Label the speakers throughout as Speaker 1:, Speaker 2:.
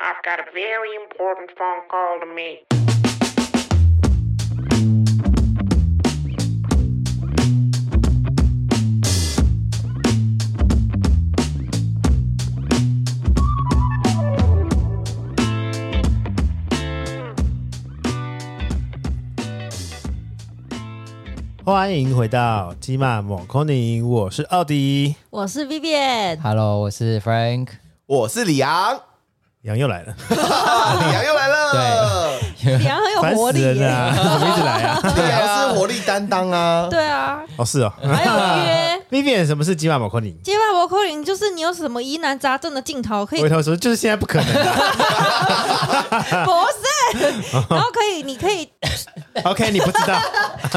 Speaker 1: I've got a very important phone call to make.
Speaker 2: 欢迎回到基玛某空宁，我是奥迪，
Speaker 3: 我是 Vivian，
Speaker 4: Hello，我是 Frank。
Speaker 5: 我是李昂，
Speaker 2: 羊又来了，
Speaker 5: 李昂又来了。
Speaker 3: 李昂很有
Speaker 2: 烦
Speaker 3: 活
Speaker 2: 死
Speaker 3: 力
Speaker 2: 人
Speaker 3: 耶、
Speaker 2: 了、怎么一直来啊？
Speaker 5: 对，李昂是活力担当啊。
Speaker 3: 对 啊，
Speaker 2: 哦，是哦。
Speaker 3: 还有约
Speaker 2: Vivian，什么是基玛某空宁？
Speaker 3: 接霸博扣零，就是你有什么疑难杂症的镜头 可以
Speaker 2: 回头说就是现在不可能啊的。
Speaker 3: 不是，然后可以，你可以，
Speaker 2: OK，你不知道，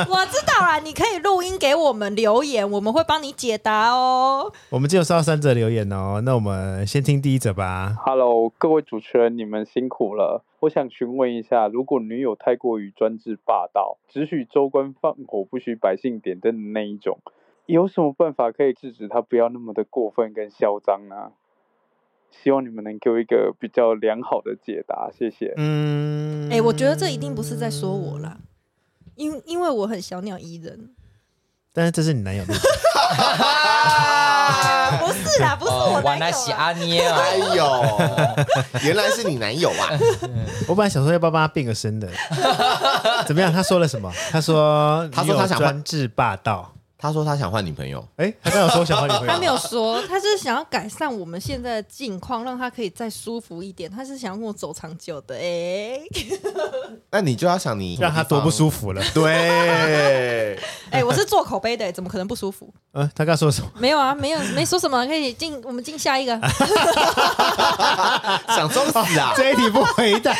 Speaker 3: 我知道啦，你可以录音给我们留言，我们会帮你解答哦。
Speaker 2: 我们只有收到三则留言哦。那我们先听第一则吧。
Speaker 6: Hello，各位主持人，你们辛苦了。我想询问一下，如果女友太过于专制霸道，只许州官放火，不许百姓点灯的那一种，有什么办法可以制止她不要那么的过分跟嚣张呢？希望你们能给我一个比较良好的解答，谢谢。
Speaker 2: 嗯，
Speaker 3: 哎、我觉得这一定不是在说我啦，因因为我很小鸟依 人。
Speaker 2: 但是这是你男友的意见
Speaker 3: 啊，不是啦，不是我
Speaker 4: 哇，
Speaker 3: 男
Speaker 4: 那
Speaker 3: 友
Speaker 4: 呃喜
Speaker 3: 啦。
Speaker 4: 阿捏啊！
Speaker 5: 哎呦，原来是你男友啊！
Speaker 2: 我本来想说要不要帮他变个身的，怎么样？他说了什么？他说
Speaker 5: 他说他
Speaker 2: 你有
Speaker 5: 想换
Speaker 2: 专制霸道。
Speaker 5: 他说他想换女朋友，
Speaker 2: 哎，他刚有说想换女朋友，
Speaker 3: 他没有说，他是想要改善我们现在的境况，让他可以再舒服一点。他是想要跟我走长久的、哎、
Speaker 5: 那你就要想你
Speaker 2: 让他多不舒服了。
Speaker 5: 服。 对，
Speaker 3: 哎、我是做口碑的、怎么可能不舒服？
Speaker 2: 嗯，他刚说什么？
Speaker 3: 没有啊，没有，没说什么，可以进，我们进下一个。
Speaker 5: 想装死啊！
Speaker 2: 这一题不回答。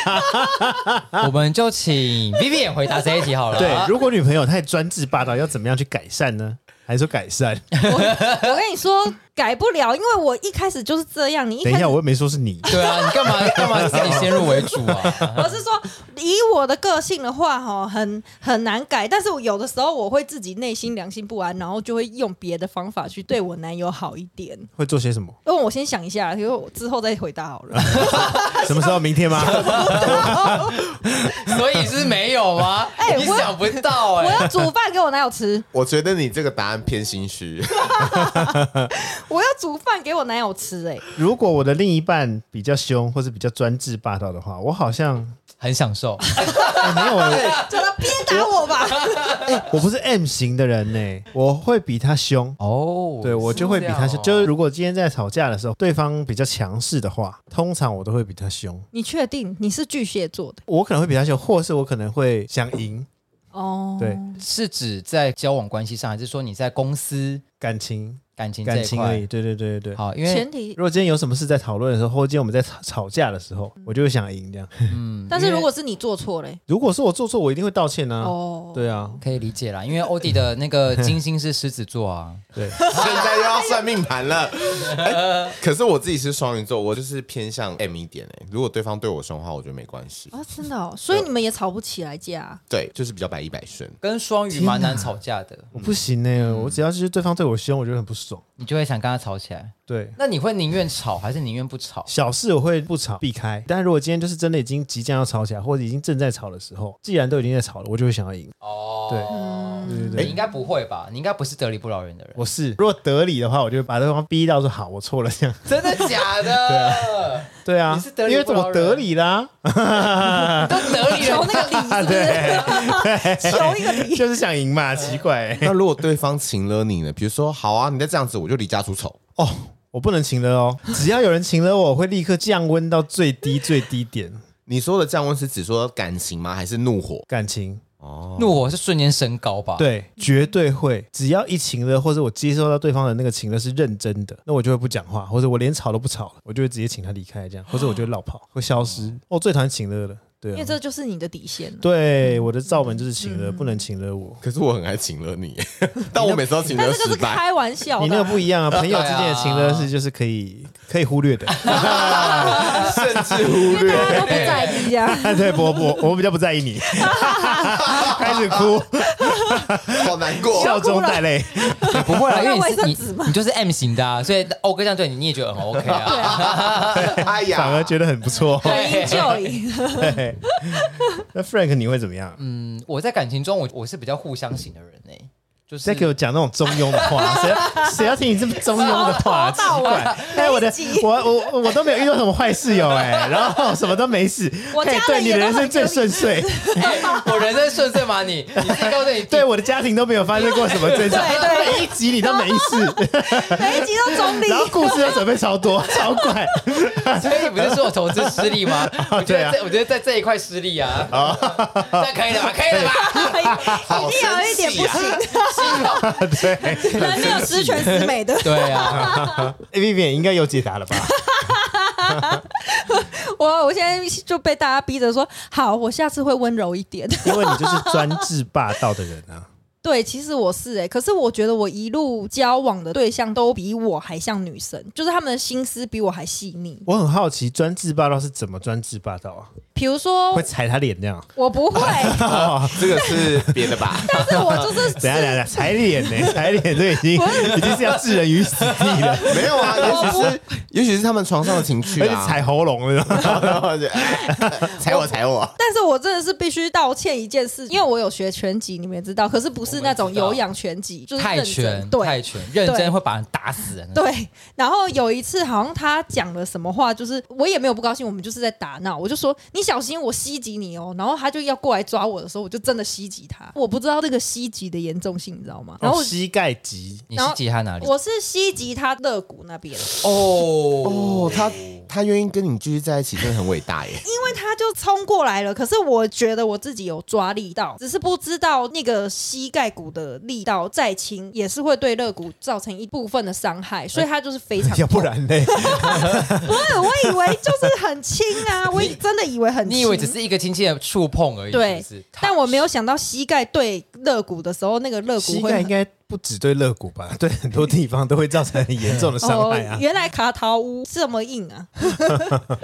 Speaker 4: 我们就请 Vivian 回答这一题好了。
Speaker 2: 对，如果女朋友太专制霸道，要怎么样去改善呢？还是说改善？
Speaker 3: 我跟你说，改不了，因为我一开始就是这样。你一
Speaker 2: 等一
Speaker 3: 开始
Speaker 2: 下，，我又没说是你。
Speaker 4: 对啊，你干嘛干嘛自己先入为主啊？
Speaker 3: 我是说，以我的个性的话，哈，很很难改。但是我有的时候我会自己内心良心不安，然后就会用别的方法去对我男友好一点。
Speaker 2: 会做些什么？
Speaker 3: 因为我先想一下，因为我之后再回答好了。
Speaker 2: 什么时候？明天吗？
Speaker 4: 所以是没有吗？
Speaker 3: 哎
Speaker 4: 你
Speaker 3: 我
Speaker 4: 想不到
Speaker 3: 我
Speaker 4: 哎、
Speaker 3: 要煮饭给我男友吃，
Speaker 5: 我觉得你这个答案偏心虚。
Speaker 3: 我要煮饭给我男友吃、哎，
Speaker 2: 如果我的另一半比较凶，或是比较专制霸道的话，我好像、
Speaker 4: 很享受。
Speaker 2: 哎没有， 我
Speaker 3: 叫他鞭打我吧。
Speaker 2: 我不是 M 型的人呢、我会比他凶。
Speaker 4: 哦，
Speaker 2: 对，我就会比他
Speaker 4: 是
Speaker 2: 凶。就是如果今天在吵架的时候，对方比较强势的话，通常我都会比他凶。
Speaker 3: 你确定你是巨蟹座的？
Speaker 2: 我可能会比他凶，或是我可能会想赢。
Speaker 3: 哦，
Speaker 2: 对，
Speaker 4: 是指在交往关系上，还是说你在公司
Speaker 2: 感情，
Speaker 4: 感情这
Speaker 2: 感
Speaker 4: 一
Speaker 2: 情而
Speaker 4: 块
Speaker 2: 已。？对对对对对。
Speaker 4: 好，因为
Speaker 3: 前提
Speaker 2: 如。果今天有什么事在讨论的时候，或者今天我们在吵吵架的时候，我就会想赢这样。
Speaker 4: 嗯，
Speaker 3: 但是
Speaker 4: 因为
Speaker 3: 如果是你做错嘞，
Speaker 2: 如果是我做错，我一定会道歉啊。
Speaker 3: 哦，
Speaker 2: 对啊，
Speaker 4: 可以理解啦，因为欧弟的那个金星是狮子座啊，
Speaker 2: 对，
Speaker 5: 现在又要算命盘了。哎可是我自己是双鱼座，我就是偏向 M 一点哎。如果对方对我凶的话，我觉得没关系。
Speaker 3: 啊，真的哦，所以你们也吵不起来架啊、
Speaker 5: 对，就是比较百依百顺。
Speaker 4: 跟双鱼蛮难吵架的，
Speaker 2: 我不行呢、
Speaker 4: 嗯
Speaker 2: 我只要就是对方对我凶，我就很不爽。
Speaker 4: 你就会想跟他吵起来。
Speaker 2: 对，
Speaker 4: 那你会宁愿吵还是宁愿不吵？
Speaker 2: 小事我会不吵避开，但如果今天就是真的已经即将要吵起来，或者已经正在吵的时候，既然都已经在吵了，我就会想要赢。
Speaker 4: 哦，
Speaker 2: 对对对，
Speaker 4: 你应该不会吧？你应该不是得理不饶人的人，
Speaker 2: 我是如果得理的话，我就会把对方逼到说好，我错了这 样。
Speaker 4: 真的假的？
Speaker 2: 对啊，
Speaker 4: 你是得理
Speaker 2: 因为怎
Speaker 4: 不饶
Speaker 2: 么
Speaker 4: 人
Speaker 2: 得理 啦、
Speaker 4: 都得理
Speaker 3: 求
Speaker 4: 人
Speaker 3: 那个理是不是？ 求一个理。
Speaker 2: 就是想赢嘛，奇怪、
Speaker 5: 那如果对方请了你呢？比如说，好啊，你再这样子，我就离家出走。
Speaker 2: 哦。我不能请了哦，只要有人请了我，我会立刻降温到最低最低点。
Speaker 5: 你说的降温是指说感情吗？还是怒火？
Speaker 2: 感情
Speaker 4: 怒火是瞬间升高吧？，
Speaker 2: 对，绝对会。只要一情了，或者我接收到对方的那个情了是认真的，那我就会不讲话，或者我连吵都不吵了，我就会直接请他离开，这样，或者我就会绕跑，会消失。哦我最讨厌情了了，对
Speaker 3: 因为
Speaker 2: 啊，
Speaker 3: 这嗯就是你的底线了。
Speaker 2: 对，我的罩门就是情了，不能情了我。
Speaker 5: 可是我很爱请了你， 但我每次都请
Speaker 3: 但
Speaker 5: 了
Speaker 3: 这个
Speaker 5: 失
Speaker 3: 是
Speaker 5: 败。
Speaker 3: 开玩笑的啊，
Speaker 2: 你那个不一样啊，朋友之间的
Speaker 4: 对啊
Speaker 2: 情了是就是可以可以忽略的，
Speaker 5: 甚置忽
Speaker 3: 大家
Speaker 5: 略。
Speaker 3: 都不在意呀、啊。
Speaker 2: 对，不不，我比较不在意你， 开始哭，
Speaker 5: 好难过。
Speaker 2: 笑中带泪。
Speaker 4: 也不 会啦，啊因为
Speaker 3: 那卫生
Speaker 4: 你
Speaker 3: 纸
Speaker 4: 是
Speaker 3: 吗
Speaker 4: 你你就是 M 型的啊，所以欧哥这样对你，你也觉得很 OK 啊。
Speaker 5: 哎呀，
Speaker 2: 反而觉得很不错。
Speaker 3: 很 enjoy，
Speaker 2: 对那 Frank 你会怎么样？
Speaker 4: 嗯，我在感情中，我我是比较互相型的人呢、就是
Speaker 2: 再给我讲那种中庸的话，谁要谁要听你这么中庸的 话？奇
Speaker 3: 从头到尾
Speaker 2: 怪，哎，我的
Speaker 3: 每一集
Speaker 2: 我我我都没有遇到什么坏室友哎， 然后什么都没事，
Speaker 3: 我家
Speaker 2: 哎
Speaker 3: 人
Speaker 2: 对你
Speaker 3: 也
Speaker 2: 的
Speaker 3: 都
Speaker 2: 人生
Speaker 3: 很
Speaker 2: 最
Speaker 3: 有
Speaker 2: 顺 遂，
Speaker 4: 哎 我人生顺遂吗？你你自己告诉你，
Speaker 2: 对我的家庭都没有发生过什么争吵，
Speaker 3: 对对
Speaker 2: 每一集你都没 事，
Speaker 3: 每一集都中立
Speaker 2: 然。后故事又准备超 多超怪，
Speaker 4: 所以你不是说我投资失利 吗？我
Speaker 2: 对
Speaker 4: 觉得
Speaker 2: 啊哦
Speaker 4: 在我觉得在这一块失利啊， 那可以了吧？可以 了 吧？
Speaker 3: 一定
Speaker 5: 啊
Speaker 3: 有一点不行， 人没有十全十美的。
Speaker 4: 对啊，
Speaker 2: A B B 哎应该有解答了吧？
Speaker 3: 我我现在就被大家逼着说，好，我下次会温柔一点。
Speaker 2: 因为你就是专制霸道的人啊，
Speaker 3: 对，其实我是哎、可是我觉得我一路交往的对象都比我还像女生，就是他们的心思比我还细腻。
Speaker 2: 我很好奇专制霸道是怎么专制霸道啊？
Speaker 3: 比如说
Speaker 2: 会，踩他脸这样？
Speaker 3: 我不会，
Speaker 5: 这个是别的吧？
Speaker 3: 但是我就是
Speaker 2: 等一下等一下等一下，踩脸呢？踩脸这已经已经是要置人于死地了，
Speaker 5: 没有啊，也许是，也许是他们床上的情趣
Speaker 2: 而且
Speaker 5: 啊。
Speaker 2: 踩喉咙了。
Speaker 5: 然后就， 踩我踩我，
Speaker 3: 但是我真的是必须道歉一件事，因为我有学拳击，你们也知道，可是不是那种有氧拳击，就是
Speaker 4: 泰
Speaker 3: 认真
Speaker 4: 拳泰
Speaker 3: 对。
Speaker 4: 拳认真会把人打死的那种。
Speaker 3: 对，然后有一次好像他讲了什么话，就是我也没有不高兴，我们就是在打闹。我就说你小心我袭击你哦，然后他就要过来抓我的时候，我就真的袭击他。我不知道这个袭击的严重性，你知道吗？然后
Speaker 2: 哦、膝盖急，
Speaker 4: 你是吉他哪里？
Speaker 3: 我是袭击他肋骨那边，因
Speaker 5: 哦，他他愿意跟你继续在一起，真的很伟大耶。
Speaker 3: 为他就冲过来了。可是我觉得我自己有抓力道，只是不知道那个膝盖骨的力道再轻，也是会对肋骨造成一部分的伤害，所以他就是非常 痛。
Speaker 2: 要不然呢？
Speaker 3: 不是，我以为就是很轻啊，我真的以为很轻。
Speaker 4: 你以为只是一个亲戚的触碰而已，
Speaker 3: 对
Speaker 4: 是不是，
Speaker 3: 但我没有想到膝盖对肋骨的时候，那个肋哦骨
Speaker 2: 膝
Speaker 3: 会
Speaker 2: 盖应该不只对肋骨吧， 对很多地方都会造成很严重的伤害啊。
Speaker 3: 哦，原来卡桃屋这么硬啊！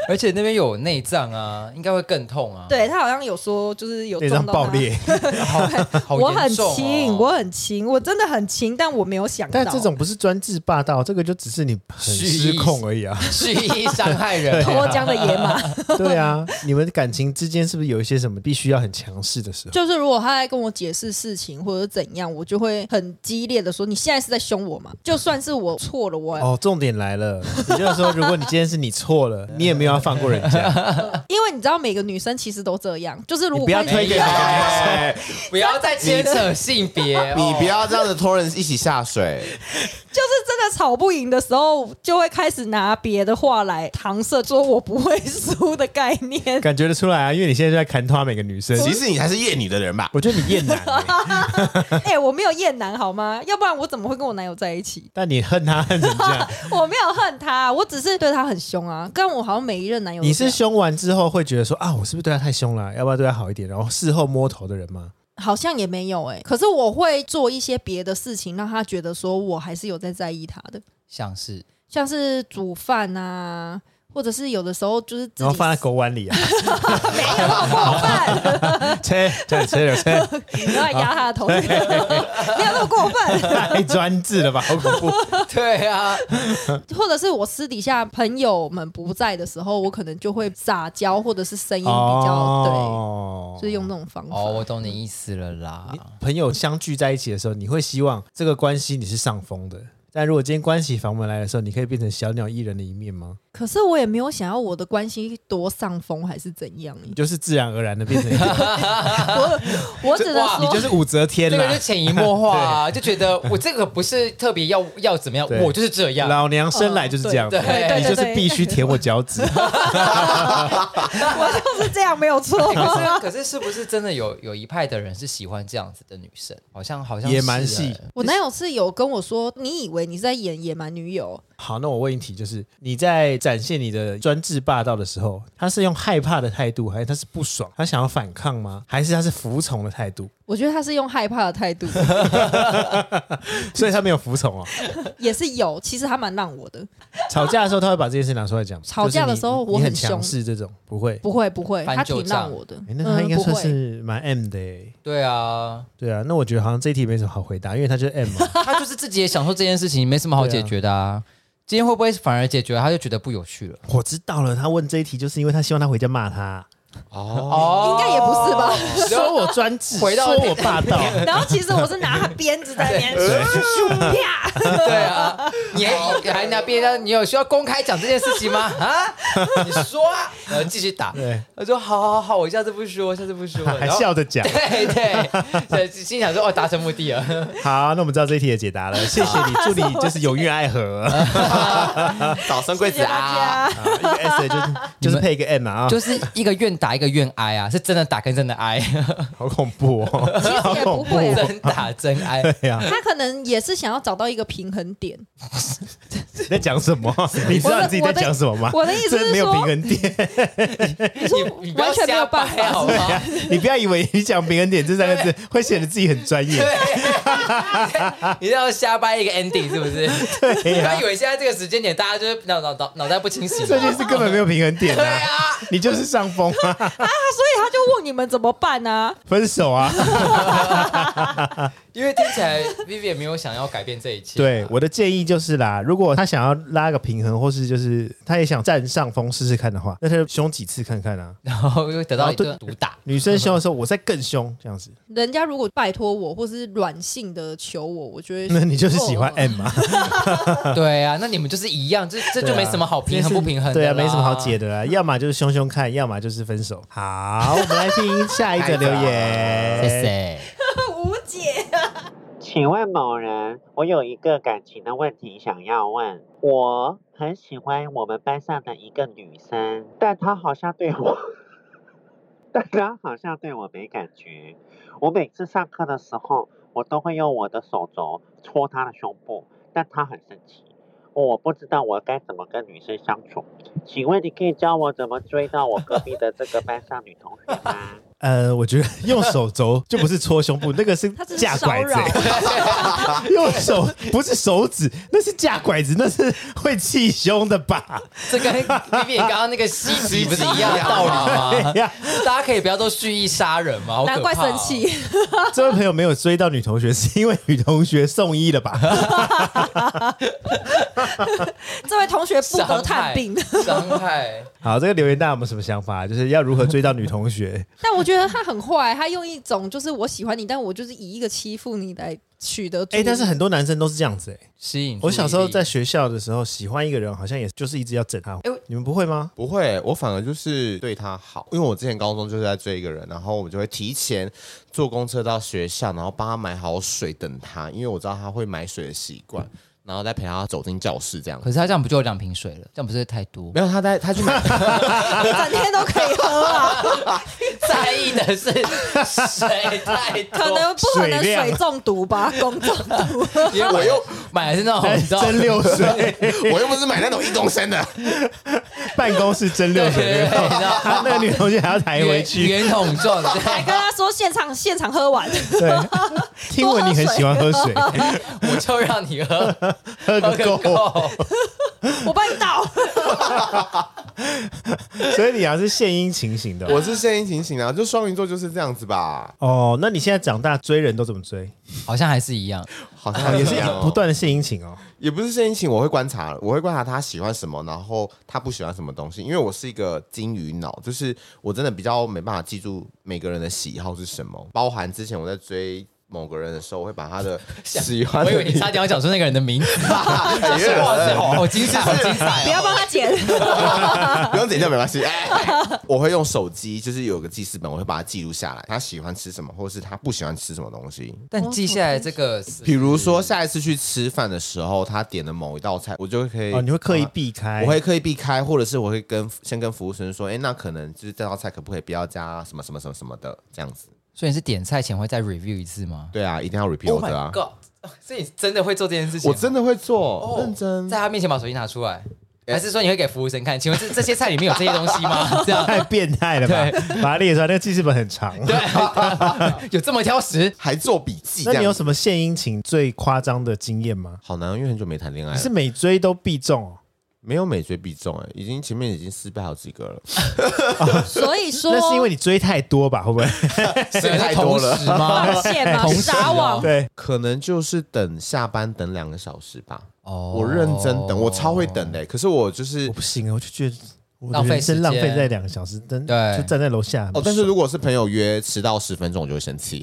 Speaker 4: 而且那边有内脏啊，应该会更痛啊。，
Speaker 3: 对他好像有说，就是有
Speaker 2: 内
Speaker 3: 撞
Speaker 2: 脏
Speaker 3: 到
Speaker 2: 爆
Speaker 3: 他。
Speaker 2: 裂，
Speaker 4: 好，好
Speaker 3: 我很
Speaker 4: 严重哦
Speaker 3: 轻，我很轻，我真的很轻，但我没有想到。
Speaker 2: 但这 种不是专制霸道，这个就只是你很
Speaker 4: 蓄
Speaker 2: 失
Speaker 4: 意
Speaker 2: 控而已 啊。
Speaker 4: 蓄意伤害人，
Speaker 3: 脱缰的 野马，
Speaker 2: 对啊，你们感情之间是不是有一些什么必须要很强势的时候？
Speaker 3: 就是如果他在跟我解释事情或者怎样，我就会很激烈的说：“你现在是在凶我吗？”就算是我错了，我
Speaker 2: 哦，重点来了，也就是说，如果你今天是你错 了，你也没有要放过人家，
Speaker 3: 因为你知道每个女生其实都这样，就是如
Speaker 2: 你
Speaker 3: 果
Speaker 2: 不要
Speaker 3: 看
Speaker 2: 推给别人。
Speaker 5: 哎
Speaker 4: 不要再牵扯性别，
Speaker 5: 你
Speaker 4: 哦
Speaker 5: 不要这样子拖人一起下水，
Speaker 3: 就是真的吵不赢的时候，就会开始拿别的话来搪塞，说我不会输的概 念。
Speaker 2: 感觉得出来啊，因为你现在就在砍他每个女生。
Speaker 5: 其实你才是厌女的人吧？
Speaker 2: 我觉得你厌男、欸，
Speaker 3: 哎、我没有厌男好吗？要不然我怎么会跟我男友在一起？
Speaker 2: 但你恨他恨成这样。
Speaker 3: 我没有恨他，我只是对他很凶啊。跟我好像每一任男
Speaker 4: 哎
Speaker 3: 友都
Speaker 2: 你是
Speaker 3: 这样
Speaker 2: 凶完之后会觉得说啊，我是不是对他太凶了？啊要不要对他好一点？然后事后摸头的人吗？
Speaker 3: 好像也没有哎、可是我会做一些别的事情，让他觉得说我还是有在在意他的，
Speaker 4: 像是
Speaker 3: 像是煮饭啊，或者是有的时候就是自
Speaker 2: 然后
Speaker 3: 己
Speaker 2: 放在狗碗 里啊，
Speaker 3: 没有那么过 分，
Speaker 2: 切切切切，
Speaker 3: 然后还压他的 头，没有那么过分。
Speaker 2: 太专制了吧，好恐 怖！
Speaker 4: 对啊，
Speaker 3: 或者是我私底下朋友们不在的时候，我可能就会撒娇，或者是声音比较、
Speaker 2: 哦
Speaker 3: 对，就是用那种方法。
Speaker 4: 哦，我懂你意思了啦
Speaker 2: 你。朋友相聚在一起的时候，你会希望这个关系你是上风的。但如果今天关起房门来的时候，你可以变成小鸟依人的一面吗？
Speaker 3: 可是我也没有想要我的关系多上风还是怎样，
Speaker 2: 你就是自然而然的变成一 个，
Speaker 3: 我我只能
Speaker 4: 哇
Speaker 2: 你就
Speaker 3: 说。
Speaker 2: 是武则天
Speaker 4: 这个就
Speaker 2: 啦。
Speaker 4: 潜移默化啊，就觉得我这个不是特别要要怎么样，
Speaker 2: 对
Speaker 4: 我就是这样。
Speaker 2: 老娘生来就是这样子，
Speaker 4: 哦对对对
Speaker 2: 你就是必须舔我脚 趾。
Speaker 3: 我就是这样，没有错。
Speaker 4: 哎可是可是是不是真的有有一派的人是喜欢这样子的女生？好像好像
Speaker 2: 野蛮
Speaker 4: 是
Speaker 2: 系
Speaker 4: 欸
Speaker 3: 我男友是有跟我说，你以为你是在演野蛮女友，
Speaker 2: 好，那我问一题，就是你在展现你的专制霸道的时候，他是用害怕的态度，还是他是不爽，他想要反抗吗？还是他是服从的态度？
Speaker 3: 我觉得他是用害怕的态度，
Speaker 2: 所以他没有服从哦。
Speaker 3: 也是有，其实他蛮让我的。
Speaker 2: 吵架的时候，他会把这件事拿出来讲吗。
Speaker 3: 吵架
Speaker 2: 就是
Speaker 3: 的
Speaker 2: 你
Speaker 3: 时候
Speaker 2: 你
Speaker 3: 我
Speaker 2: 你
Speaker 3: 很
Speaker 2: 很强
Speaker 3: 凶
Speaker 2: 势，这种不会。
Speaker 3: 不会不会，
Speaker 4: 翻
Speaker 3: 他
Speaker 4: 旧
Speaker 3: 挺
Speaker 4: 账
Speaker 3: 让我的。
Speaker 2: 哎，那他应该
Speaker 3: 嗯不
Speaker 2: 算
Speaker 3: 会
Speaker 2: 是蛮 M 的哎。
Speaker 4: 对啊，
Speaker 2: 对啊，那我觉得好像这一题没什么好回答，因为他就是 M 嘛。
Speaker 4: 他就是自己也享受这件事情，没什么好解决的啊。今天会不会反而解决了，他就觉得不有趣了？
Speaker 2: 我知道了，他问这一题就是因为他希望他回家骂 他，
Speaker 4: 哦，
Speaker 3: 应该也不是吧？
Speaker 2: 说我专制，
Speaker 4: 回到
Speaker 2: 说我霸道。
Speaker 3: 然后其实我是拿他鞭子在那边咻啪，
Speaker 4: 对啊， 你还你还拿别人，你有需要公开讲这件事情吗？啊，你说啊，然后继续打。
Speaker 2: 对，
Speaker 4: 我说好好好，我下次不说，下次不 说，
Speaker 2: 还
Speaker 4: 然后
Speaker 2: 笑。着讲，
Speaker 4: 对对， 对心想说哦，达成目的了。
Speaker 2: 好，那我们知道这一题也解答了， 谢谢你，祝你就是永遇爱河。
Speaker 5: 早生贵
Speaker 3: 谢
Speaker 5: 子
Speaker 3: 谢
Speaker 5: 啊！
Speaker 3: 大家。
Speaker 2: 一 个 S 就是哎就是配一个 M 啊，
Speaker 4: 就是一个愿打一个愿挨啊，是真的打跟真的挨，
Speaker 2: 好恐怖哦，
Speaker 3: 其实也不会啊，
Speaker 4: 真打真挨。
Speaker 2: 对啊呀，
Speaker 3: 他可能也是想要找到一个平衡点。啊
Speaker 2: 你在讲什么？你知道你自己在讲什么吗？
Speaker 3: 我的我的意思
Speaker 2: 这
Speaker 3: 是
Speaker 2: 没有
Speaker 3: 说
Speaker 2: 平衡点，
Speaker 4: 你你不要
Speaker 3: 完全没有
Speaker 4: 瞎掰
Speaker 3: 办法
Speaker 4: 好吗？
Speaker 2: 你不要以为你讲平衡点这三个字会显得自己很专业，
Speaker 4: 你是要瞎掰一 个 ending 是不是？
Speaker 2: 对呀
Speaker 4: 他以为现在这个时间点，大家就是脑脑脑脑袋不清醒。
Speaker 2: 这件事根本没有平衡点
Speaker 4: 对
Speaker 2: 啊，
Speaker 4: 啊，
Speaker 2: 你就是上风 啊，
Speaker 3: 啊，所以他就问你们怎么办呢、
Speaker 2: 分手啊。
Speaker 4: 因为听起来 Vivi 也没有想要改变这一切。
Speaker 2: 对，我的建议就是啦，如果他想要拉个平衡，或是就是他也想占上风试试看的话，那他就凶几次看看啊。
Speaker 4: 然后又得到一顿毒 打。
Speaker 2: 女生凶的时候，我再更凶，这样子，
Speaker 3: 人家如果拜托我，或是软性的求我，我觉 得
Speaker 2: 那你就是喜欢
Speaker 4: 哦
Speaker 2: M 啊嘛？
Speaker 4: 对啊，那你们就是一样，这 这就没什么好平衡不平衡的
Speaker 2: 对
Speaker 4: 啦
Speaker 2: 啊，没什么好解。的 啦，要么就是凶凶看，要么就是分手。好，我们来听下一则留言。
Speaker 4: 谢谢。
Speaker 3: 无解。
Speaker 7: 请问某人，我有一个感情的问题想要问。我很喜欢我们班上的一个女生，但她好像对我， 但她好像对我没感觉。我每次上课的时候，我都会用我的手肘戳她的胸部，但她很生气。我不知道我该怎么跟女生相处，请问你可以教我怎么追到我隔壁的这个班上女同学吗？
Speaker 2: 呃，我觉得用手肘就不是戳胸 部，那个是
Speaker 3: 他这是
Speaker 2: 架
Speaker 3: 骚
Speaker 2: 拐子
Speaker 3: 扰，，
Speaker 4: 哦
Speaker 2: 用手不是手指，那是架拐子，那是会气胸的 吧？
Speaker 4: 这跟 Vivi 刚刚那个袭击不是一样的道理吗？
Speaker 2: 呀，
Speaker 4: 大家可以不要都蓄意杀人嘛，好可怕
Speaker 3: 难
Speaker 4: 哦
Speaker 3: 怪生。气。
Speaker 2: 这位朋友没有追到女同学，是因为女同学送医了吧？
Speaker 3: 这位同学不
Speaker 4: 伤害
Speaker 3: 得探病，
Speaker 4: 伤害，
Speaker 2: 好，这个留言大家有没有什么想法？就是要如何追到女同 学？
Speaker 3: 但我觉得他很坏，他用一种就是我喜欢你，但我就是以一个欺负你来取得注意。
Speaker 2: 哎、但是很多男生都是这样子哎、
Speaker 4: 吸引注意力。
Speaker 2: 我小时候在学校的时候，喜欢一个人，好像也就是一直要整他。哎、你们不会吗？
Speaker 5: 不会，我反而就是对他好，因为我之前高中就是在追一个人，然后我们就会提前坐公车到学校，然后帮他买好水等他，因为我知道他会买水的习惯，然后再陪他走进教室这样
Speaker 4: 可。是他这样不就有两瓶水了？这样不是太多？
Speaker 5: 没有，他在他去买，
Speaker 3: 你整天都可以喝啊，
Speaker 4: 在意的是水太多，
Speaker 3: 可能不可能
Speaker 2: 水量
Speaker 3: 水中毒吧，汞中毒。
Speaker 4: 因为我又买的是那种哦你知道
Speaker 2: 哎蒸馏水，
Speaker 5: 我又不是买那种一公升的，
Speaker 2: 办公室蒸馏水
Speaker 4: 对对
Speaker 2: 那
Speaker 4: 对
Speaker 2: 个
Speaker 4: 你知道
Speaker 2: 他那个女同学还要抬哎回去。
Speaker 4: 圆圆筒状 的。
Speaker 3: 还跟他说现场现场喝 完，
Speaker 2: 对，听闻你很喜欢喝水，
Speaker 4: 我就让你喝，
Speaker 2: 喝
Speaker 4: 喝个
Speaker 2: 个够。
Speaker 4: 够。
Speaker 3: 我帮你倒。
Speaker 2: 所以你好像是献殷勤型的哦。
Speaker 5: 我是现阴情形啊，就双鱼座就是这样子吧，
Speaker 2: 哦，那你现在长大追人都怎么 追？
Speaker 4: 好像还是一样，
Speaker 5: 好
Speaker 2: 哦
Speaker 5: 像
Speaker 2: 也是
Speaker 5: 这样哦
Speaker 2: 不，断的献殷勤哦。
Speaker 5: 也不是献殷勤，我会观察，我会观察他喜欢什么，然后他不喜欢什么东西，因为我是一个金鱼脑，就是我真的比较没办法记住每个人的喜好是什么，包含之前我在追。某个人的时候，我会把他 的喜欢
Speaker 4: 我
Speaker 5: 的
Speaker 4: 以为你差点要讲出那个人的名字。 哇塞，好好精彩，好精彩！ 哦
Speaker 3: 不要帮他剪，
Speaker 5: 不用剪掉没关系。哎，我会用手机，就是有个记事本，我会把它记录下来，他喜欢吃什么，或者是他不喜欢吃什么东西。
Speaker 4: 但你记下来这个是，
Speaker 5: 比如说下一次去吃饭的时候，他点的某一道菜，我就可以
Speaker 2: 哦，你会刻意
Speaker 5: 啊
Speaker 2: 避开？
Speaker 5: 我会刻意避开，或者是我会跟先跟服务生说，哎、那可能就是这道菜可不可以不要加什么什么什么什么的这样子。
Speaker 4: 所以你是点菜前会再 review 一次吗？
Speaker 5: 对啊，一定要 repeat
Speaker 4: Oh
Speaker 5: order 啊
Speaker 4: my！god！所以 你真的会做这件事情？
Speaker 5: 我真的会做，
Speaker 4: 哦
Speaker 5: 认真
Speaker 4: 在。他面前把手机拿出来，还是说你会给服务生看？请问这这些菜里面有这些东西吗？这样
Speaker 2: 太变态了吧！把它列出来，那个记事本很长。
Speaker 4: 对， 有这么挑食？
Speaker 5: 还做笔记，
Speaker 2: 那
Speaker 5: 这
Speaker 2: 你有
Speaker 5: 样
Speaker 2: 什么献殷勤最夸张的经验吗？
Speaker 5: 好难哦，因为很久没谈恋
Speaker 2: 你
Speaker 5: 爱
Speaker 4: 哎
Speaker 5: 了，
Speaker 2: 是每追都必中哦，
Speaker 5: 没有每追必中哎，已经前面已经失败好 几个了，
Speaker 3: 所以说，哦
Speaker 2: 那是因为你追太多吧？会 不会？
Speaker 4: 是
Speaker 5: 太多了
Speaker 4: 同时吗？
Speaker 3: 发现 嘛，
Speaker 4: 同时
Speaker 3: 啊撒网
Speaker 4: 哦
Speaker 2: 对，
Speaker 5: 可能就是等下班等两个小时吧。
Speaker 4: 哦
Speaker 5: 我认真等，我超会等的欸、可是我就是
Speaker 2: 我不行，我就觉得我的
Speaker 4: 浪费
Speaker 2: 人生
Speaker 4: 时间
Speaker 2: 浪费在两个小时，真
Speaker 4: 对
Speaker 2: 就站在楼下。
Speaker 5: 哦，但是如果是朋友约迟到十分钟，我就会 生气。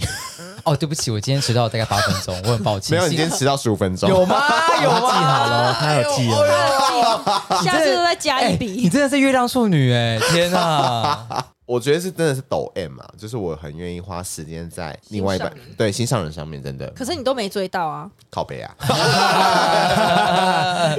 Speaker 4: 哦，对不起，我今天迟到大概八分钟，我很抱歉。
Speaker 5: 没有，你今天迟到十五分钟，
Speaker 4: 有
Speaker 3: 哎
Speaker 4: 吗？有
Speaker 2: 他记
Speaker 4: 吗？
Speaker 2: 好了，他有记了。
Speaker 3: 下次都再加一
Speaker 4: 哎你
Speaker 3: 笔。
Speaker 4: 真的是月亮处女哎！天 啊，
Speaker 5: 我觉得是真的是抖 M 嘛，就是我很愿意花时间在另外一半
Speaker 3: 欣赏人
Speaker 5: 对心上人上面，真的
Speaker 3: 可是你都没追到啊！
Speaker 5: 靠背啊，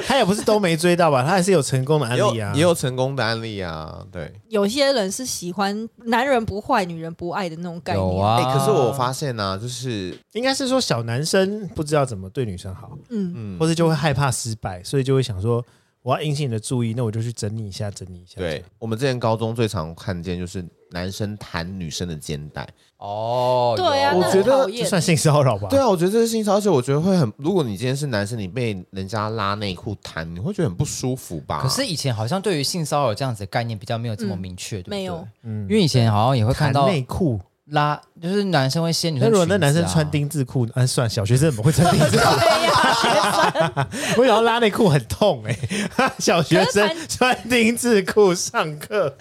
Speaker 2: 他也不是都没追到吧？他还是有成功的案
Speaker 5: 也有
Speaker 2: 例啊。
Speaker 5: 也有成功的案例啊，对。
Speaker 3: 有些人是喜欢男人不坏，女人不爱的那种概念。
Speaker 4: 有
Speaker 5: 哎、
Speaker 4: 啊。
Speaker 5: 可是我发现呢、啊，就是
Speaker 2: 应该是说小男生不知道怎么对女生好，
Speaker 3: 嗯，
Speaker 5: 嗯
Speaker 2: 或，是就会害怕失败，所以就会想说我要引起你的注意，那我就去整理一下，整理一下。
Speaker 5: 对，我们之前高中最常看见就是男生弹女生的肩带，
Speaker 4: 哦，
Speaker 3: 对啊，
Speaker 4: 有
Speaker 5: 我
Speaker 3: 那
Speaker 5: 觉
Speaker 3: 很
Speaker 5: 得
Speaker 3: 讨
Speaker 2: 这
Speaker 3: 厌
Speaker 2: 算性骚扰吧？
Speaker 5: 对啊，我觉得这是性骚扰，而且我觉得会很，如果你今天是男生，你被人家拉内裤弹，你会觉得很不舒服吧？
Speaker 4: 可是以前好像对于性骚扰这样子的概念比较没有这么明确，对不对
Speaker 3: 没有，
Speaker 2: 嗯
Speaker 4: 因为以前好像也会看
Speaker 2: 看
Speaker 4: 到
Speaker 2: 内裤，
Speaker 4: 拉，就是男生会掀女
Speaker 2: 那
Speaker 4: 生、啊
Speaker 2: 如果那男生穿，丁字裤，啊，算了小学生怎么会穿丁 字裤？我想要拉内裤很痛哎、 小学生
Speaker 3: 可是
Speaker 2: 穿丁字裤上课，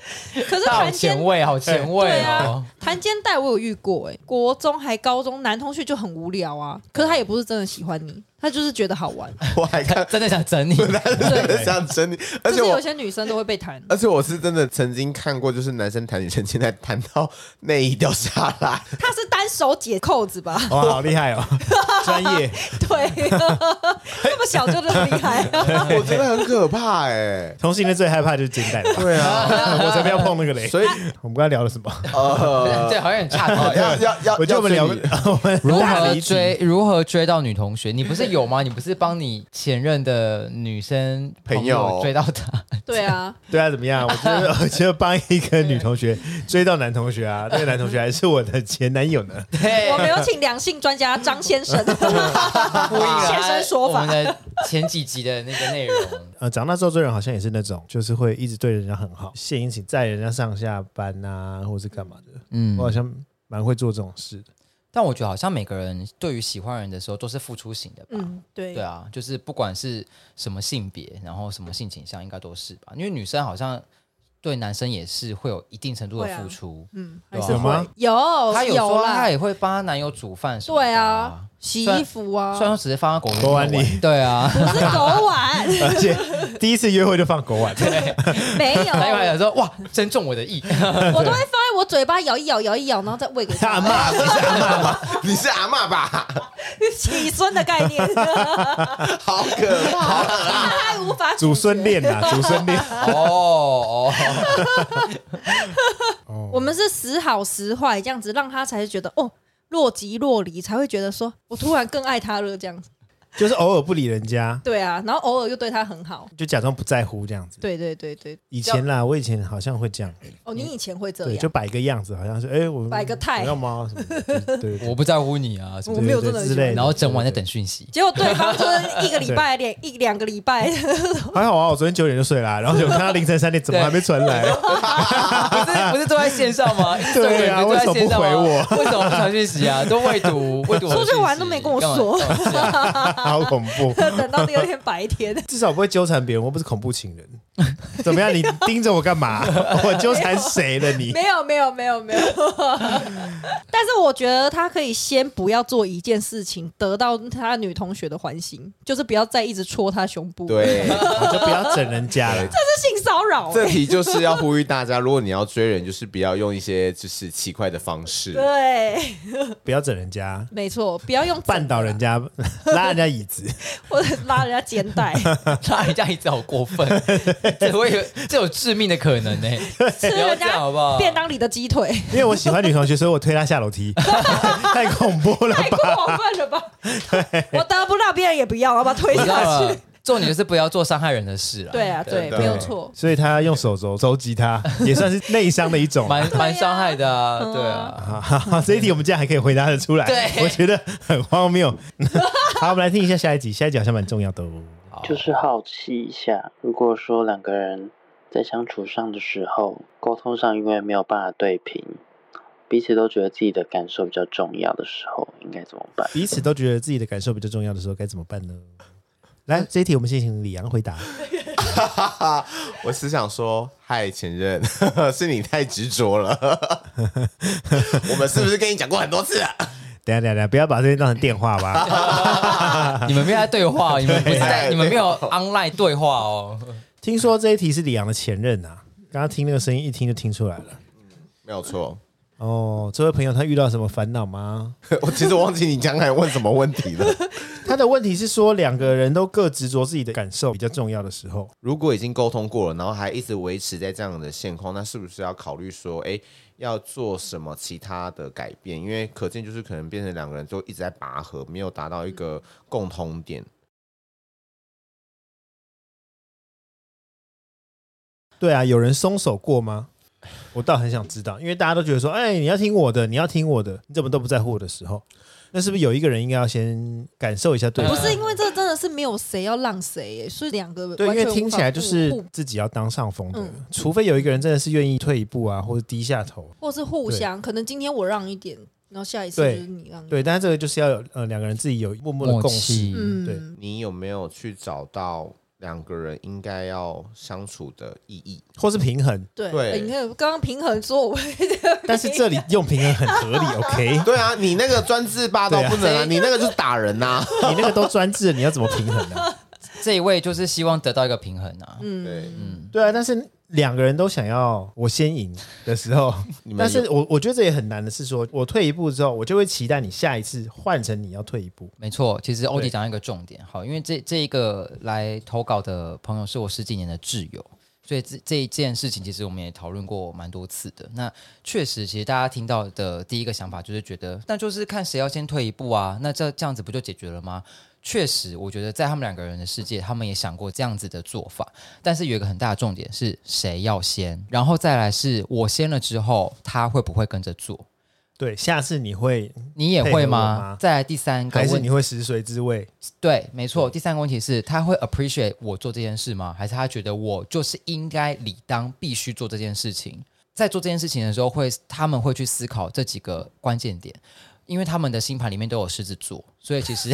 Speaker 3: 可是
Speaker 4: 好
Speaker 3: 弹
Speaker 4: 前
Speaker 3: 肩
Speaker 4: 卫，好前
Speaker 3: 对
Speaker 4: 卫哦
Speaker 3: 啊。，弹肩带我有遇过哎、国中还高中男同学就很无聊啊，可是他也不是真的喜欢你，他就是觉得好玩。
Speaker 5: 我还
Speaker 3: 啊
Speaker 5: 看
Speaker 4: 真的想 整你，
Speaker 5: 这样整理，而
Speaker 3: 就是
Speaker 5: 且我
Speaker 3: 有些女生都会被弹，
Speaker 5: 而且我是真的曾经看过，就是男生弹女生肩带弹到内衣掉下来，
Speaker 3: 他是单手解扣子 吧？
Speaker 2: 哇，好厉 害哦，专业。
Speaker 3: 对，这么小就这么厉害、啊
Speaker 5: 我觉得很可怕哎、
Speaker 2: 同性恋最害怕就是肩带了吧，
Speaker 5: 对啊，
Speaker 2: 我才不要碰那个雷。
Speaker 5: 所以
Speaker 2: 我们刚才聊了什么？
Speaker 5: 呃，
Speaker 4: 对，好像很差题。
Speaker 5: 要要要要，
Speaker 2: 我觉得我们聊
Speaker 5: 要
Speaker 2: 个
Speaker 5: 追 你
Speaker 2: 我们
Speaker 4: 如
Speaker 2: 大
Speaker 4: 何
Speaker 2: 离题
Speaker 4: 追如何追到女同学？你不是有吗？你不是帮你前任的女生朋
Speaker 5: 朋友
Speaker 4: 追到她？
Speaker 3: 对啊，
Speaker 2: 对啊，怎么样？我觉得 我觉得帮一个女同学追到男同学啊，那个男同学还是我的前男友呢。
Speaker 4: 对
Speaker 3: 我们有请两性专家张先生，
Speaker 4: 呼应了
Speaker 3: 现身说
Speaker 4: 我
Speaker 3: 法。
Speaker 4: 们的前几集的那个内容。
Speaker 2: 呃，长大之后追人好像也是那种，就是会一直对人家很好，献殷勤，载人家上下班啊，或者是干嘛的。
Speaker 4: 嗯
Speaker 2: 我好像蛮会做这种事的。
Speaker 4: 但我觉得好像每个人对于喜欢人的时候都是付出型的吧。
Speaker 3: 嗯，对
Speaker 4: 对啊，就是不管是什么性别，然后什么性倾向，应该都是吧？因为女生好像对男生也是会有一定程度
Speaker 3: 会
Speaker 4: 的
Speaker 3: 啊
Speaker 4: 付出。
Speaker 3: 嗯，
Speaker 4: 对啊
Speaker 2: 有吗？
Speaker 3: 有
Speaker 4: 她有时候
Speaker 3: 啦
Speaker 4: 她，也会帮她男友煮饭什么的、
Speaker 3: 对啊，洗衣服啊
Speaker 4: 虽，然说只是放在狗
Speaker 2: 狗碗里
Speaker 4: 对啊，
Speaker 3: 不是狗 碗，
Speaker 2: 而且第一次约会就放狗 碗，
Speaker 3: 没 有，
Speaker 4: 男友还想说哇，真中我的 意，
Speaker 3: 我都会放在我嘴巴咬一咬，咬一咬，然后再喂给
Speaker 2: 大
Speaker 3: 他。
Speaker 2: 骂
Speaker 5: 你是阿嬷吧？
Speaker 3: 起孙的 概念，
Speaker 5: 好可怕！
Speaker 3: 他还无法
Speaker 2: 祖孙恋呐，祖孙 恋。
Speaker 4: 哦哦，
Speaker 3: 我们是时好时坏，这样子让他才觉得哦，若即若离，才会觉得说我突然更爱他了这样子。
Speaker 2: 就是偶尔不理人家，
Speaker 3: 对啊，然后偶尔又对他很好。
Speaker 2: 就假装不在乎这样子。
Speaker 3: 对对对对，
Speaker 2: 以前啦，我以前好像会这样，
Speaker 3: 哦，你以前会这
Speaker 2: 对，就
Speaker 3: 样，
Speaker 2: 摆个样子，好像是哎，我
Speaker 3: 摆个态
Speaker 2: 我要吗？什么的对对对
Speaker 4: 我不在乎你啊，什 么
Speaker 3: 我没有
Speaker 2: 对
Speaker 3: 真的
Speaker 2: 之类的，
Speaker 4: 然后整晚在等讯息，
Speaker 3: 结果对方就是一个礼拜两一两个礼拜，
Speaker 2: 还好啊，我昨天九点就睡啦，然后就看到凌晨三点， 怎么还没传来？
Speaker 4: 不是不是都在线上吗？一直送
Speaker 2: 对啊
Speaker 4: 你不是都在线上吗
Speaker 2: 为什么
Speaker 4: 为什么不传讯息啊？都 未读，未读我的
Speaker 3: 出
Speaker 4: 讯息。
Speaker 3: 去玩都没跟我说，
Speaker 4: 干嘛，干哦啊嘛这 样
Speaker 2: 好恐怖！
Speaker 3: 等到第二天白天。
Speaker 2: 至少不会纠缠别人，我不是恐怖情人。怎么样？你盯着我干 嘛？我纠缠谁了你？
Speaker 3: 没有没有没有没有，但是我觉得他可以先不要做一件事情，得到他女同学的欢心，就是不要再一直戳他胸部，
Speaker 5: 对，
Speaker 2: 我就不要整人家了。
Speaker 3: 这是性骚骚扰、
Speaker 5: 这
Speaker 3: 欸。
Speaker 5: 题就是要呼吁大家，如果你要追人，就是不要用一些就是奇怪的方式。
Speaker 3: 对，
Speaker 2: 不要整人家，
Speaker 3: 没错，不要用整
Speaker 2: 绊倒人家， 拉人家椅子，
Speaker 3: 或者拉人家肩带，
Speaker 4: 拉人家椅子好过分， 这会有这有致命的可能欸 呢、
Speaker 3: 吃
Speaker 4: 不要
Speaker 3: 人
Speaker 4: 这样
Speaker 3: 家
Speaker 4: 好不好？
Speaker 3: 便当里的鸡腿，
Speaker 2: 因为我喜欢女同学，所以我推她下楼 梯，太恐怖了
Speaker 3: 太
Speaker 2: 吧？
Speaker 3: 过分了吧！我得不到，别人也不要，我把它推
Speaker 4: 我知道
Speaker 3: 下
Speaker 4: 了
Speaker 2: 啊
Speaker 3: 去。，
Speaker 4: 重点就是不要做伤害人的事了。
Speaker 3: 对啊，对，
Speaker 5: 对
Speaker 3: 没有错。
Speaker 2: 所以她用手肘肘击 他，也算是内伤的一种。
Speaker 4: 蛮蛮
Speaker 3: 对啊
Speaker 4: 伤害的啊，
Speaker 3: 嗯啊
Speaker 4: 对啊。
Speaker 2: 好好 好这一题我们竟然还可以回答得出来，
Speaker 4: 对
Speaker 2: 我觉得很荒谬。 好，我们来听一下下一集，下一集好像蛮重要的哦。
Speaker 4: 好
Speaker 8: 就是好奇一下，如果说两个人在相处上的时候，沟通上因为没有办法对平，彼此都觉得自己的感受比较重要的时候，应该怎么办？
Speaker 2: 彼此都觉得自己的感受比较重要的时候，该怎么办呢？来，这一题我们先请李阳回答。
Speaker 5: 哈哈， 我只想说，嗨，前任， 是你太执着 了。我们是不是跟你讲过很多次啊了？
Speaker 2: 等一下，等一下，等一下，不要把这边当成电话 吧。
Speaker 4: 你们没有在对话，你们不是在， 你
Speaker 5: 对
Speaker 4: 们没有 online 对话哦。
Speaker 2: 听说这一题是李阳的前任啊，刚刚听那个声音，一听就听出来了。
Speaker 5: 没有错，
Speaker 2: 哦，这位朋友他遇到什么烦恼吗？
Speaker 5: 我其实忘记你刚才问什么问题了。
Speaker 2: 他的问题是说，两个人都各执着自己的感受比较重要的时候，
Speaker 5: 如果已经沟通过了，然后还一直维持在这样的现况，那是不是要考虑说，哎，要做什么其他的改变？因为可见就是可能变成两个人就一直在拔河，没有达到一个共通点。
Speaker 2: 对啊，有人松手过吗？我倒很想知道，因为大家都觉得说，哎、你要听我的，你要听我的，你怎么都不在乎我的时候，那是不是有一个人应该要先感受一下对
Speaker 4: 嗯
Speaker 2: 方？
Speaker 3: 不是因为这真的是没有谁要让谁耶，所以两个
Speaker 2: 对，因
Speaker 3: 完
Speaker 2: 为
Speaker 3: 全
Speaker 2: 听
Speaker 3: 无法
Speaker 2: 起来就是
Speaker 3: 互
Speaker 2: 自己要当上风的，
Speaker 3: 嗯
Speaker 2: 除非有一个人真的是愿意退一步啊，或者低下头。
Speaker 3: 或是互相，可能今天我让一点，然后下一次
Speaker 2: 对
Speaker 3: 就是你让一点。
Speaker 2: 对，但是这个就是要有呃两个人自己有默默的共识。
Speaker 3: 嗯，
Speaker 2: 对
Speaker 5: 你有没有去找到两个人应该要相处的意义？
Speaker 2: 或是平衡，
Speaker 3: 对
Speaker 5: 对
Speaker 3: 呃你看刚刚平衡说我会这个
Speaker 2: 但是这里用平衡很合理 ，OK？
Speaker 5: 对啊，你那个专制霸道
Speaker 2: 对啊
Speaker 5: 不能啊，你那个就是打人啊呐、
Speaker 2: 你那个都专制了，你要怎么平衡呢、啊
Speaker 4: 这一位就是希望得到一个平衡啊。
Speaker 5: 对，
Speaker 2: 对啊，但是两个人都想要我先赢的时 候，
Speaker 5: 你们
Speaker 2: 但
Speaker 5: 有
Speaker 2: 是我我觉得这也很难的是说，我退一步之后，我就会期待你下一次换成你要退一步。
Speaker 4: 没错，其实欧
Speaker 2: 对
Speaker 4: 弟讲到一个重点，好，因为这这一个来投稿的朋友是我十几年的挚友，所以这这一件事情其实我们也讨论过蛮多次的。那确实，其实大家听到的第一个想法就是觉得，那就是看谁要先退一步啊，那这这样子不就解决了吗？确实，我觉得在他们两个人的世界，他们也想过这样子的做法，但是有一个很大的重点是谁要先，然后再来是我先了之后，他会不会跟着做？
Speaker 2: 对，下次你会
Speaker 4: 你也
Speaker 2: 配合
Speaker 4: 会
Speaker 2: 我
Speaker 4: 吗？
Speaker 2: 吗
Speaker 4: 再来第三个
Speaker 2: 还是
Speaker 4: 问
Speaker 2: 你会食髓知味？
Speaker 4: 对，没错。第三个问题是，他会 appreciate 我做这件事吗？还是他觉得我就是应该理当必须做这件事情？在做这件事情的时候会，他们会去思考这几个关键点，因为他们的星盘里面都有狮子座，所以 其实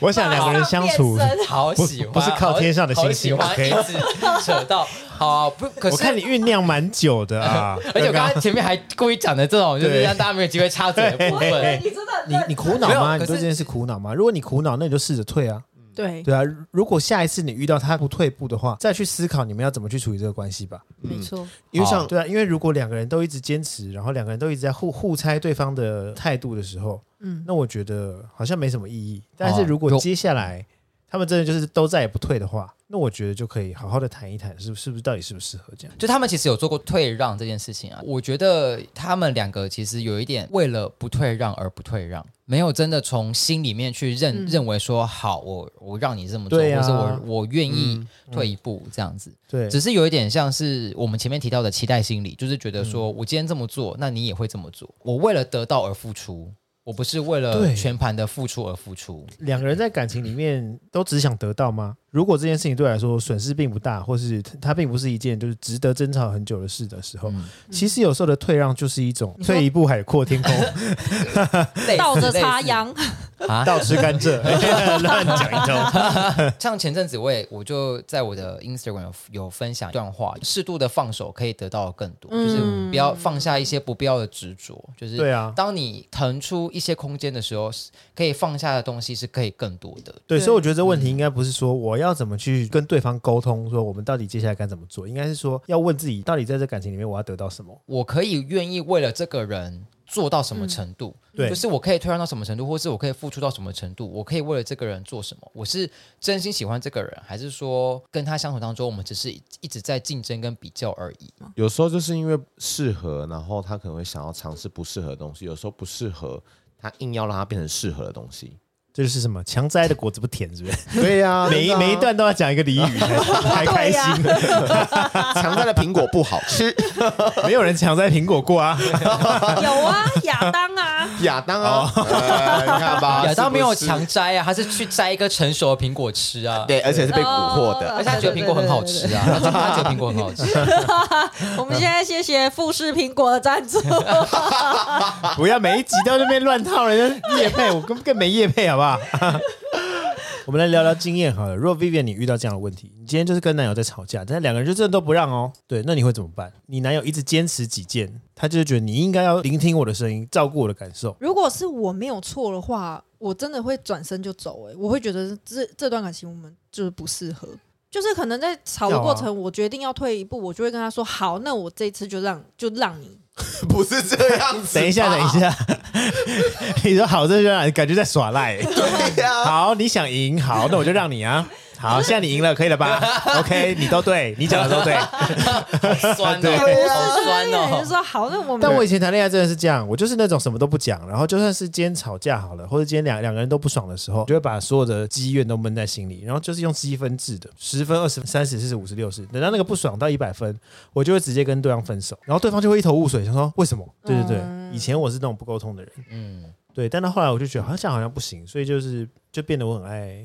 Speaker 2: 我想两个人相处，哎
Speaker 3: 马上变身
Speaker 4: 好喜欢，
Speaker 2: 不是靠天上的星星
Speaker 4: 好好喜欢
Speaker 2: OK
Speaker 4: 一直扯到好啊、不， 可
Speaker 2: 我
Speaker 4: 是。
Speaker 2: 看你酝酿蛮久的啊
Speaker 4: 而且我刚刚前面还故意讲的这种，就是
Speaker 2: 对
Speaker 4: 让大家没有机会插嘴的 部分。
Speaker 3: 你真的很
Speaker 2: 哎你你苦恼
Speaker 4: 没有
Speaker 2: 吗？
Speaker 4: 可
Speaker 2: 你对这
Speaker 4: 是
Speaker 2: 件事苦恼吗？如果你苦恼，那你就试着退啊。
Speaker 3: 对
Speaker 2: 对啊，如果下一次你遇到他不退步的话，再去思考你们要怎么去处理这个关系吧。
Speaker 3: 没错，
Speaker 5: 因为像
Speaker 2: 对啊，因为如果两个人都一直坚持，然后两个人都一直在互互猜对方的态度的时候，
Speaker 3: 嗯，
Speaker 2: 那我觉得好像没什么意义。但是如
Speaker 4: 哦有
Speaker 2: 果接下来他们真的就是都再也不退的话，那我觉得就可以好好的谈一谈，是不是不是到底适不适合这样？
Speaker 4: 就他们其实有做过退让这件事情啊，我觉得他们两个其实有一点为了不退让而不退让，没有真的从心里面去认、
Speaker 3: 嗯
Speaker 4: 认为说好，我我让你这么做，
Speaker 2: 对啊嗯
Speaker 4: 或者我我愿意退一步这样子，
Speaker 2: 对，
Speaker 4: 只是有一点像是我们前面提到的期待心理，就是觉得说
Speaker 2: 嗯
Speaker 4: 我今天这么做，那你也会这么做，我为了得到而付出，我不是为了
Speaker 2: 对
Speaker 4: 全盘的付出而付 出，
Speaker 2: 两个人在感情里面都只想得到吗？如果这件事情对我来说损失并不大，或是它并不是一件就是值得争吵很久的事的时候，
Speaker 4: 嗯
Speaker 2: 其实有时候的退让就是一种
Speaker 3: 你说
Speaker 2: 退一步海阔天空。
Speaker 4: 类似
Speaker 3: 倒着
Speaker 4: 类似
Speaker 3: 插秧，
Speaker 4: 啊，
Speaker 2: 倒吃甘 蔗， 乱讲一通。
Speaker 4: 像前阵子我也我就在我的 Instagram 有有分享一段话，适度的放手可以得到更多，就是不要放下一些不必要的执着，就是
Speaker 2: 对啊
Speaker 4: 当你腾出一些空间的时候，是可以放下的东西是可以更多的。
Speaker 2: 对，所以我觉得这问题应该不是说我要怎么去跟对方沟通，说我们到底接下来该怎么做，应该是说要问自己，到底在这感情里面我要得到什么。
Speaker 4: 我可以愿意为了这个人做到什么程度，
Speaker 2: 对
Speaker 4: 就是我可以退让到什么程度，或是我可以付出到什么程度，我可以为了这个人做什么？我是真心喜欢这个人，还是说跟他相处当中，我们只是一直在竞争跟比较而已？
Speaker 5: 有时候就是因为适合，然后他可能会想要尝试不适合的东西；有时候不适合，他硬要让它变成适合的东西。
Speaker 2: 这就是什么强摘的果子不甜，是不是？
Speaker 5: 对啊呀、
Speaker 2: 每一每一段都要讲一个俚语，还还开心。
Speaker 5: 强摘的苹果不好吃，
Speaker 2: 没有人强摘苹果过啊，
Speaker 3: 有啊，亚当啊，
Speaker 5: 亚当啊，哎你看吧，
Speaker 4: 亚当没有
Speaker 5: 是不是
Speaker 4: 强摘啊，他是去摘一个成熟的苹果吃啊。
Speaker 5: 对，而且是被蛊惑的。
Speaker 3: 哦
Speaker 4: 而且他觉得苹果很好吃啊，他他觉得苹果很好吃。
Speaker 2: 嗯
Speaker 3: 我们现在谢谢富士苹果的赞助。
Speaker 2: 不要每一集到那边乱套人家叶配，我根更没叶配，好不好？ 我们来聊聊经验好了。如果 Vivian 你遇到这样的问题，你今天就是跟男友在吵架，但是两个人就真的都不让哦，对，那你会怎么办？你男友一直坚持己见，他就是觉得你应该要聆听我的声音，照顾我的感受。
Speaker 3: 如果是我没有错的话，我真的会转身就走、欸。我会觉得这这段感情我们就是不适合。就是可能在吵的过程，
Speaker 2: 要啊
Speaker 3: 我决定要退一步，我就会跟他说：“好，那我这一次就让就让你。
Speaker 5: 不是这样子。
Speaker 2: 等一下，等一， 下，你说好，这就让你感觉在耍赖。
Speaker 5: 对呀、
Speaker 2: 好，你想赢，好，那我就让你啊。好，现在你赢了，可以了吧？OK，你都对，你讲的都对。
Speaker 4: 酸
Speaker 2: 对
Speaker 4: 哦，
Speaker 3: 哎
Speaker 4: 好酸
Speaker 3: 那个人就
Speaker 4: 哦。
Speaker 3: 说：“好，那我们
Speaker 2: 但我以前谈恋爱真的是这样，我就是那种什么都不讲，然后就算是今天吵架好了，或者今天两两个人都不爽的时候，就会把所有的积怨都闷在心里，然后就是用积分制的，十分、二十、三十、四十、五十、六十，等到那个不爽到一百分，我就会直接跟对方分手，然后对方就会一头雾水，想说为什么？对对对，以前我是那种不沟通的人，
Speaker 4: 嗯，
Speaker 2: 对，但到后来我就觉得好像这样好像不行，所以就是就变得我很爱。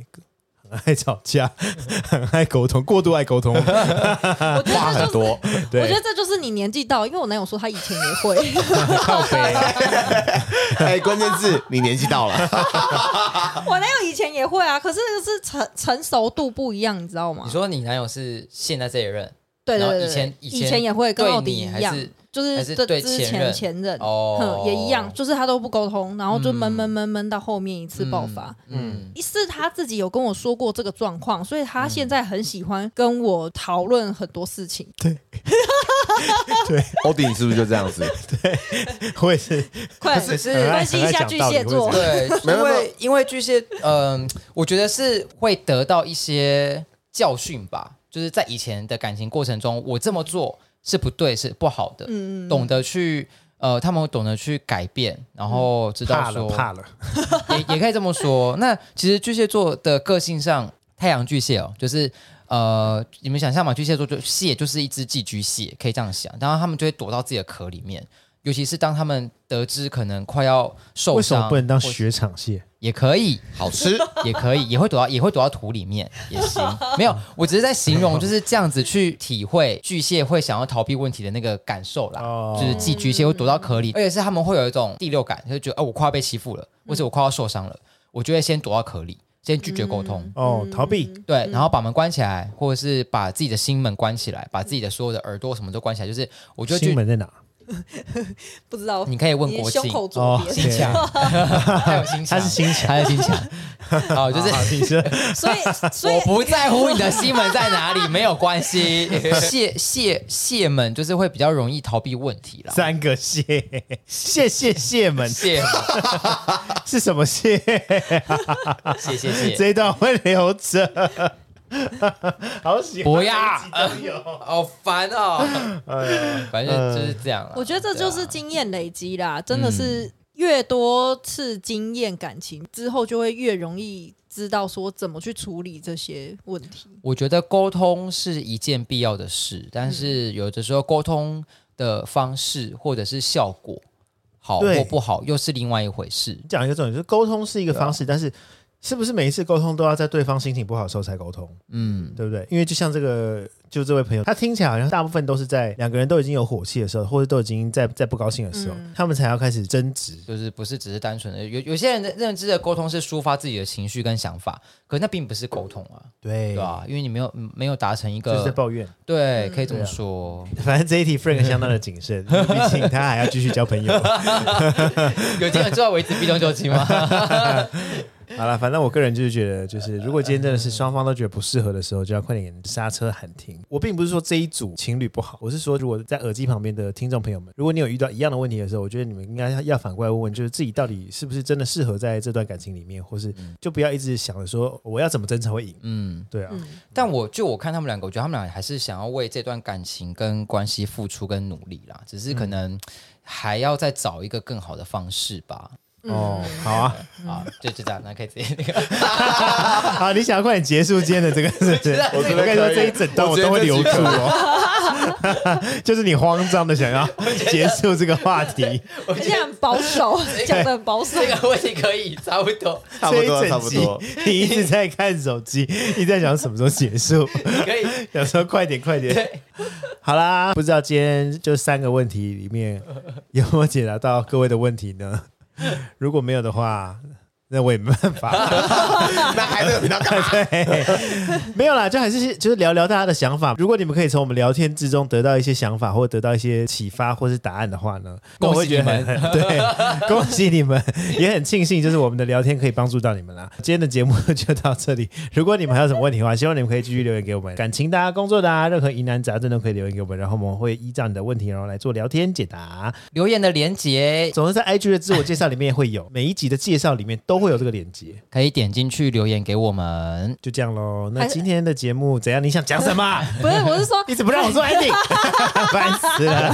Speaker 2: 很爱吵架， 很爱沟通，过度爱沟 通，
Speaker 3: 我觉
Speaker 2: 话很
Speaker 3: 得这就是。”
Speaker 2: 多。
Speaker 3: 我觉
Speaker 2: 对
Speaker 3: 得，这就是你年纪到，因为我男友说他以前也 会，
Speaker 2: 靠北
Speaker 4: 啊
Speaker 5: 哎、关键字你年纪到了，
Speaker 3: 我男友以前也会啊，可是那个是成成熟度不一样，你知道吗
Speaker 4: 你？说你男友是现在这一任
Speaker 3: 对对
Speaker 4: 然后
Speaker 3: 对，
Speaker 4: 以前
Speaker 3: 对
Speaker 4: 以
Speaker 3: 以
Speaker 4: 前
Speaker 3: 也会跟
Speaker 4: 对
Speaker 3: 奥迪
Speaker 4: 你
Speaker 3: 一
Speaker 4: 还
Speaker 3: 样
Speaker 4: 是，
Speaker 3: 就是
Speaker 4: 还是
Speaker 3: 这
Speaker 4: 对
Speaker 3: 之
Speaker 4: 前
Speaker 3: 前
Speaker 4: 任
Speaker 3: 前任
Speaker 4: 哦
Speaker 3: 哼也一样，就是他都不沟通，然后就闷
Speaker 4: 嗯
Speaker 3: 闷闷闷到后面一次爆发。
Speaker 4: 嗯，
Speaker 3: 是他自己有跟我说过这个状况，所以他现在很喜欢跟我讨论很多事情。
Speaker 5: 欧弟，你是不是就这样子？
Speaker 2: 我也是，
Speaker 3: 快
Speaker 4: 可是
Speaker 3: 分析一
Speaker 2: 很爱
Speaker 3: 下
Speaker 2: 讲
Speaker 3: 巨
Speaker 2: 道理
Speaker 3: 蟹
Speaker 2: 会
Speaker 3: 座
Speaker 2: 这，
Speaker 4: 对，
Speaker 5: 没
Speaker 4: 因
Speaker 5: 有没有
Speaker 4: 为因为巨蟹，嗯、我觉得是会得到一些教训吧，就是在以前的感情过程中，我这么做是不对，是不好的，
Speaker 3: 嗯
Speaker 4: 懂得去。呃，他们懂得去改变，然后知道
Speaker 2: 怕
Speaker 4: 说
Speaker 2: 了，怕了。
Speaker 4: 也也可以这么说。那其实巨蟹座的个性上，太阳巨蟹哦，就是呃，你们想象嘛，巨蟹座就蟹就是一只寄居蟹，可以这样想。然后他们就会躲到自己的壳里面，尤其是当他们得知可能快要受
Speaker 2: 为什
Speaker 4: 伤，
Speaker 2: 么不能当
Speaker 4: 或
Speaker 2: 雪场蟹？
Speaker 4: 也可以，
Speaker 5: 好吃，
Speaker 4: 也可以，也 会躲到也会躲到土里面也 行。没有，我只是在形容就是这样子去体会巨蟹会想要逃避问题的那个感受啦，
Speaker 2: 哦
Speaker 4: 就是寄居蟹会躲到壳里，而且是他们会有一种第六感，就觉得哦、我快要被欺负了，
Speaker 3: 嗯
Speaker 4: 或者我快要受伤了，我就会先躲到壳里，先拒绝沟通。
Speaker 3: 嗯
Speaker 2: 哦，逃避。
Speaker 4: 对，然后把门关起来，或者是把自己的心门关起来，把自己的所有的耳朵什么都关起来。就是我觉得
Speaker 2: 心
Speaker 4: 巨，
Speaker 2: 门在哪？
Speaker 3: 不知道
Speaker 4: 你可以问
Speaker 3: 你
Speaker 4: 国庆
Speaker 3: 胸，口左边，
Speaker 2: 心
Speaker 4: 墙， 还有 心墙，
Speaker 2: 他是心墙
Speaker 4: 还有心墙。哦，就是
Speaker 2: 你是
Speaker 3: 所 以所以
Speaker 4: 我不在乎你的西门在哪里，没有关 系。蟹蟹蟹们就是会比较容易逃避问题啦。
Speaker 2: 三个蟹，蟹蟹蟹 们
Speaker 4: 蟹们
Speaker 2: 是什么蟹？
Speaker 4: 蟹蟹蟹，
Speaker 2: 这一段会留着。好喜欢，
Speaker 4: 不要
Speaker 2: 这一集都有
Speaker 4: 好烦哦。
Speaker 2: 哎
Speaker 4: 反正就是这样啦。
Speaker 3: 我觉得这就是
Speaker 4: 对啊
Speaker 3: 经验累积啦，真
Speaker 2: 嗯
Speaker 3: 的是越多次经验感情之后，就会越容易知道说怎么去处理这些问题。
Speaker 4: 我觉得沟通是一件必要的事，但是有的时候沟通的方式或者是效果好
Speaker 2: 对
Speaker 4: 或不好，又是另外一回事。
Speaker 2: 啊讲一个重点，就是沟通是一个方式，但是是不是每一次沟通都要在对方心情不好的时候才沟通，
Speaker 4: 嗯，
Speaker 2: 对不对？因为就像这个，就这位朋友，他听起来好像大部分都是在两个人都已经有火气的时候，或者都已经在在不高兴的时候，
Speaker 3: 嗯
Speaker 2: 他们才要开始争执。
Speaker 4: 就是不是只是单纯的有有些人的认知的沟通是抒发自己的情绪跟想法，可那并不是沟通啊，
Speaker 2: 对
Speaker 4: 对吧、因为你没有嗯没有达成一
Speaker 2: 哎就是在
Speaker 4: 个
Speaker 2: 抱怨。
Speaker 4: 对，可以这
Speaker 2: 对啊
Speaker 4: 么说，
Speaker 2: 反正这一题 Frank 相当的谨慎，因为毕竟他还要继续交朋友。
Speaker 4: 有经人知道维持 B 中九七吗？
Speaker 2: 好了，反正我个人就是觉得，就是如果今天真的是双方都觉得不适合的时候，就要快点刹车喊停。我并不是说这一组情侣不好，我是说，如果在耳机旁边的听众朋友们，如果你有遇到一样的问题的时候，我觉得你们应该要要反过来问问，就是自己到底是不是真的适合在这段感情里面，或是就不要一直想着说我要怎么争才会赢。
Speaker 4: 嗯，
Speaker 2: 对啊，
Speaker 4: 但我就我看他们两个，我觉得他们俩还是想要为这段感情跟关系付出跟努力啦，只是可
Speaker 2: 嗯
Speaker 4: 能还要再找一个更好的方式吧。
Speaker 2: 哦，好啊，
Speaker 4: 啊，就就这样，那可以直接那个。
Speaker 2: 好，你想要快点结束今天的这个是不是？我
Speaker 5: 觉得
Speaker 2: 跟你说
Speaker 5: 可以
Speaker 2: 这一整段我
Speaker 5: 我觉
Speaker 2: 都
Speaker 5: 得
Speaker 2: 会留住
Speaker 5: 这集可以
Speaker 2: 哦， 就是你慌张的想要结束这个话题。
Speaker 3: 而且很保 守，
Speaker 2: 哎
Speaker 3: 讲的很保守
Speaker 4: 这。个问题可以差不多，
Speaker 5: 差不多，差不多
Speaker 2: 这。一整集你一直在看手机，一直在想什么时候结束，
Speaker 4: 你可以
Speaker 2: 想说快点快点。
Speaker 4: 对，
Speaker 2: 好啦，不知道今天就三个问题里面有没有解答到各位的问题呢？如果没有的话，那我也没办法。
Speaker 5: 那还这个频道干 嘛？
Speaker 2: 没有啦，就还是就是聊聊大家的想法。如果你们可以从我们聊天之中得到一些想法，或得到一些启发，或是答案的话呢，那我会觉得很 对，恭喜你们，也很庆幸，就是我们的聊天可以帮助到你们啦。今天的节目就到这里，如果你们还有什么问题的话，希望你们可以继续留言给我们。感情的、啊、工作的、啊，任何疑难杂症都可以留言给我们，然后我们会依照你的问题，然后来做聊天解答。
Speaker 4: 留言的连接
Speaker 2: 总之，在 IG 的自我介绍里面会有，每一集的介绍里面都会有这个链接。
Speaker 4: 可以点进去留言给我们。
Speaker 2: 就这样喽。那
Speaker 3: 还是
Speaker 2: 今天的节目怎样？你想讲什么？
Speaker 3: 不是，我是说，
Speaker 2: 一直不让我做 ending，烦 死了。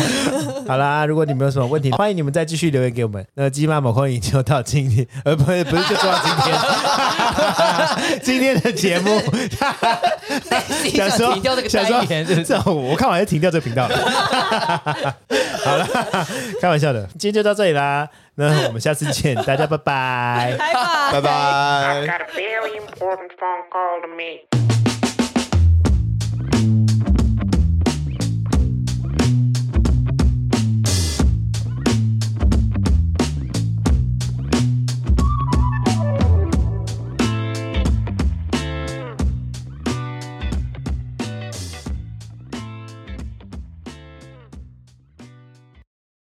Speaker 2: 好啦，如果你们有什么问题，欢迎你们再继续留言给我们。那鸡妈某空影就到今天，呃，不是不是就说到今 天，今天的节目想说
Speaker 4: 停掉这个
Speaker 2: 想说
Speaker 4: 单元，是不是？
Speaker 2: 这种我看完就停掉这个频道 了。好了，开玩笑的，今天就到这里啦。那我们下次见，大家拜拜。
Speaker 3: 拜拜。
Speaker 5: 拜拜
Speaker 1: I've。got a very important phone call to make.